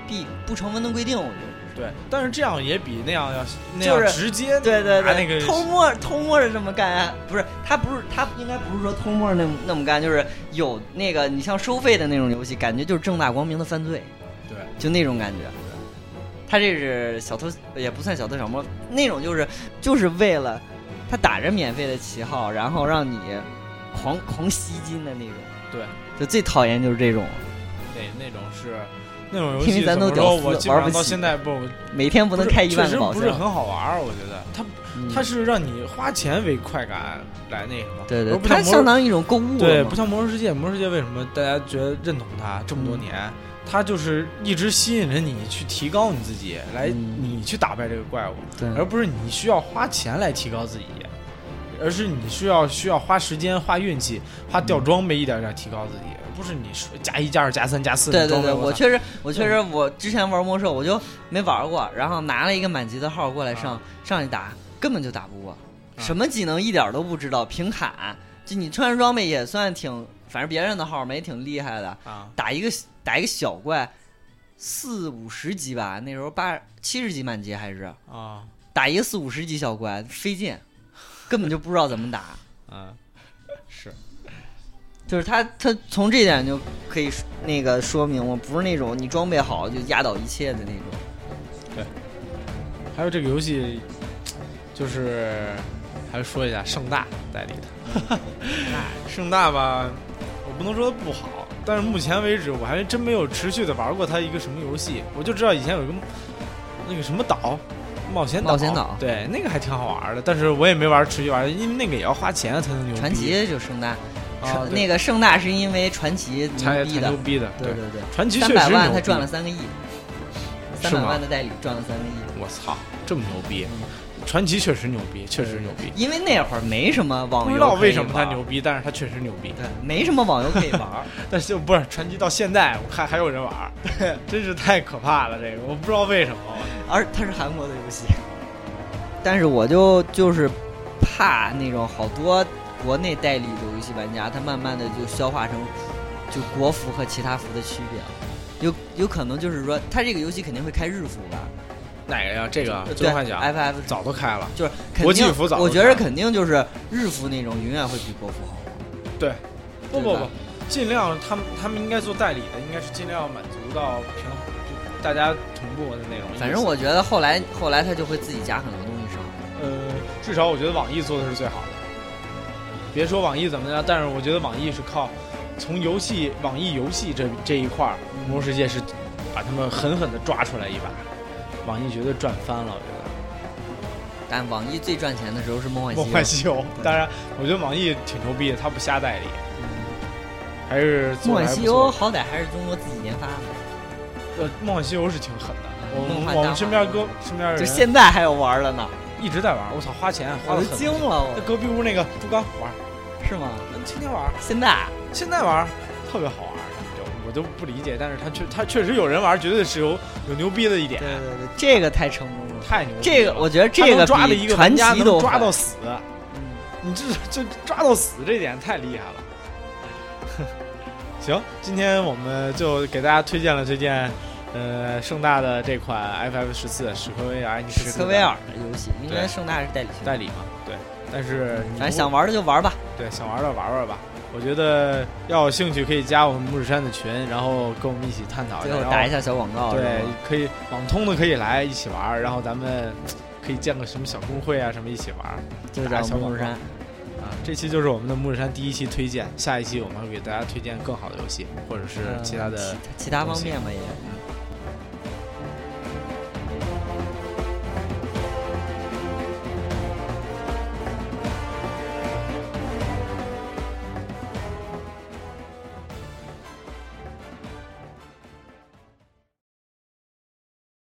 Speaker 2: 避、不成文的规定，我觉得。
Speaker 1: 对，但是这样也比那样要那
Speaker 2: 就
Speaker 1: 样
Speaker 2: 是
Speaker 1: 直接
Speaker 2: 对对
Speaker 1: 拿
Speaker 2: 对，
Speaker 1: 那个
Speaker 2: 偷摸偷摸的这么干，啊不是他不是他应该不是说偷摸那么那么干，就是有那个你像收费的那种游戏，感觉就是正大光明的犯罪，
Speaker 1: 对
Speaker 2: 就那种感觉。他这是小偷，也不算小偷小摸，那种就是就是为了他打着免费的旗号，然后让你狂狂吸金的那种。
Speaker 1: 对，
Speaker 2: 就最讨厌就是这种，
Speaker 1: 那那种是那种游
Speaker 2: 因
Speaker 1: 戏
Speaker 2: 为咱
Speaker 1: 怎么说
Speaker 2: 都屌丝
Speaker 1: 我基
Speaker 2: 玩
Speaker 1: 本
Speaker 2: 不
Speaker 1: 上到
Speaker 2: 起
Speaker 1: 现在不
Speaker 2: 每天不
Speaker 1: 不
Speaker 2: 能
Speaker 1: 是
Speaker 2: 开一万
Speaker 1: 确实
Speaker 2: 个宝
Speaker 1: 不是
Speaker 2: 箱。
Speaker 1: 很好玩儿，我觉得它
Speaker 2: 嗯
Speaker 1: 它是让你花钱为快感来那什么，
Speaker 2: 对
Speaker 1: 而
Speaker 2: 对，
Speaker 1: 不
Speaker 2: 它
Speaker 1: 像魔
Speaker 2: 相
Speaker 1: 兽
Speaker 2: 当于一种购物
Speaker 1: 对，
Speaker 2: 了
Speaker 1: 不
Speaker 2: 嘛。
Speaker 1: 像魔兽世界，魔兽世界为什么大家觉得认同它这么多
Speaker 2: 嗯
Speaker 1: 年？它就是一直吸引着你去提高你自己，来
Speaker 2: 嗯
Speaker 1: 你去打败这个怪物，
Speaker 2: 对
Speaker 1: 而不是你需要花钱来提高自己，而是你需要需要花时间、花运气、花
Speaker 2: 嗯
Speaker 1: 掉装备，一点点提高自己，而不是你说加一、加二、加三、加四。
Speaker 2: 对
Speaker 1: 装备
Speaker 2: 对对，
Speaker 1: 我
Speaker 2: 我
Speaker 1: 操嗯
Speaker 2: 确实，我确实，我之前玩魔兽我就没玩过，然后拿了一个满级的号过来上、
Speaker 1: 啊
Speaker 2: 上去打，根本就打不过，什么技能一点都不知道，凭砍。就你穿上装备也算挺，反正别人的号嘛也挺厉害的，
Speaker 1: 啊，
Speaker 2: 打一个打一个小怪，四五十级吧，那时候八七十级满级还是
Speaker 1: 啊
Speaker 2: 打一个四五十级小怪费劲，根本就不知道 怎么打。
Speaker 1: 啊，是
Speaker 2: 就是他，他从这点就可以说那个说明，我不是那种你装备好就压倒一切的那种。
Speaker 1: 还有这个游戏，就是还说一下盛大代理的， 盛大吧，我不能说它不好，但是目前为止我还真没有持续的玩过它一个什么游戏，我就知道以前有一个那个什么岛，冒险岛，
Speaker 2: 冒险岛
Speaker 1: 对，那个还挺好玩的，但是我也没玩持续玩，因为那个也要花钱才能牛逼。
Speaker 2: 传奇就盛大，
Speaker 1: 啊，
Speaker 2: 传
Speaker 1: 嗯对
Speaker 2: 那个盛大是因为传奇
Speaker 1: 才
Speaker 2: 牛逼
Speaker 1: 才牛
Speaker 2: 的，
Speaker 1: 逼的，
Speaker 2: 对对对，
Speaker 1: 传奇确
Speaker 2: 三
Speaker 1: 实
Speaker 2: 百万
Speaker 1: 牛
Speaker 2: 他
Speaker 1: 逼
Speaker 2: 赚了，三个亿，
Speaker 1: 是
Speaker 2: 三百
Speaker 1: 吗
Speaker 2: 万的代理赚了三个亿。
Speaker 1: 我操，这么牛逼！
Speaker 2: 嗯
Speaker 1: 传奇确实牛逼，确实牛逼。
Speaker 2: 因为那会儿没什么网游，
Speaker 1: 不知道为什么他牛，逼，但是他确实牛逼。
Speaker 2: 对，没什么网游可以玩 儿。
Speaker 1: 但是不是传奇到现在，我看还有人玩儿， 真是太可怕了。这个我不知道为什么，
Speaker 2: 而它是韩国的游戏。但是我就就是怕那种好多国内代理的游戏玩家，他慢慢的就消化成就国服和其他服的区别了。有有可能就是说，它这个游戏肯定会开日服吧？
Speaker 1: 哪个呀？这个《
Speaker 2: 对哎
Speaker 1: 最后幻想》
Speaker 2: ，FF
Speaker 1: 早都开了，
Speaker 2: 就是肯定
Speaker 1: 国际服早就
Speaker 2: 我觉得
Speaker 1: 上
Speaker 2: 肯定就是日服那种永远会比国服好。
Speaker 1: 对，不
Speaker 2: 对
Speaker 1: 不
Speaker 2: 吧
Speaker 1: 不，尽量他们他们应该做代理的，应该是尽量满足到平衡，就大家同步的内容。
Speaker 2: 反正我觉得后来后来他就会自己加很多东西上。
Speaker 1: 呃，至少我觉得网易做的是最好的。别说网易怎么样，但是我觉得网易是靠从游戏网易游戏这这一块儿，《魔兽世界》是把他们狠狠的抓出来一把，网易绝对赚翻了，我觉得。
Speaker 2: 但网易最赚钱的时候是梦幻西游
Speaker 1: 梦幻西游，
Speaker 2: 对
Speaker 1: 哦当然，我觉得网易挺牛逼的，他不瞎代理，还是
Speaker 2: 梦
Speaker 1: 做得
Speaker 2: 幻
Speaker 1: 还不
Speaker 2: 西游
Speaker 1: 错。
Speaker 2: 好歹还是中国自己研发的，
Speaker 1: 呃，梦幻西游是挺狠的，我
Speaker 2: 嗯梦
Speaker 1: 们
Speaker 2: 幻
Speaker 1: 我
Speaker 2: 大
Speaker 1: 们身
Speaker 2: 法
Speaker 1: 边哥身边
Speaker 2: 就
Speaker 1: 人
Speaker 2: 现在还有玩的呢，
Speaker 1: 一直在玩，我操，花钱花
Speaker 2: 我
Speaker 1: 的
Speaker 2: 都惊
Speaker 1: 很。
Speaker 2: 了，
Speaker 1: 那
Speaker 2: 我
Speaker 1: 隔壁屋那个猪刚玩，
Speaker 2: 是吗？
Speaker 1: 嗯天天玩。
Speaker 2: 现在
Speaker 1: 现在玩儿特别好玩儿，就我都不理解，但是他确他确实有人玩儿，绝对是有有牛逼的一点
Speaker 2: 对，对对，这个太成功了，
Speaker 1: 太牛逼了。
Speaker 2: 这个我觉得
Speaker 1: 他
Speaker 2: 这
Speaker 1: 能抓了一
Speaker 2: 比
Speaker 1: 个
Speaker 2: 传
Speaker 1: 玩家
Speaker 2: 奇
Speaker 1: 能
Speaker 2: 都
Speaker 1: 抓
Speaker 2: 狠嗯
Speaker 1: 到死，你这这抓到死这点太厉害了。 行，今天我们就给大家推荐了推荐，呃，盛大的这款 FF 十四史克威尔，你
Speaker 2: 史克威尔的游戏，应该
Speaker 1: 对
Speaker 2: 盛大是代理商，
Speaker 1: 代理嘛？对，但是你
Speaker 2: 反正
Speaker 1: 如
Speaker 2: 想玩的就玩吧。
Speaker 1: 对，想玩的玩玩吧。我觉得要有兴趣可以加我们木指山的群，然后跟我们一起探讨一
Speaker 2: 最
Speaker 1: 下。
Speaker 2: 后
Speaker 1: 然后
Speaker 2: 打一下小广告，
Speaker 1: 对
Speaker 2: 是吧，
Speaker 1: 可以网通的可以来一起玩儿，然后咱们可以建个什么小公会啊，什么一起玩儿
Speaker 2: 就是
Speaker 1: 打
Speaker 2: 叫
Speaker 1: 小
Speaker 2: 《
Speaker 1: 广告
Speaker 2: 牧之山
Speaker 1: 啊。这期就是我们的木日山第一期推荐，下一期我们会给大家推荐更好的游戏，或者》，是
Speaker 2: 嗯
Speaker 1: 其他的。
Speaker 2: 其其他方面嘛也，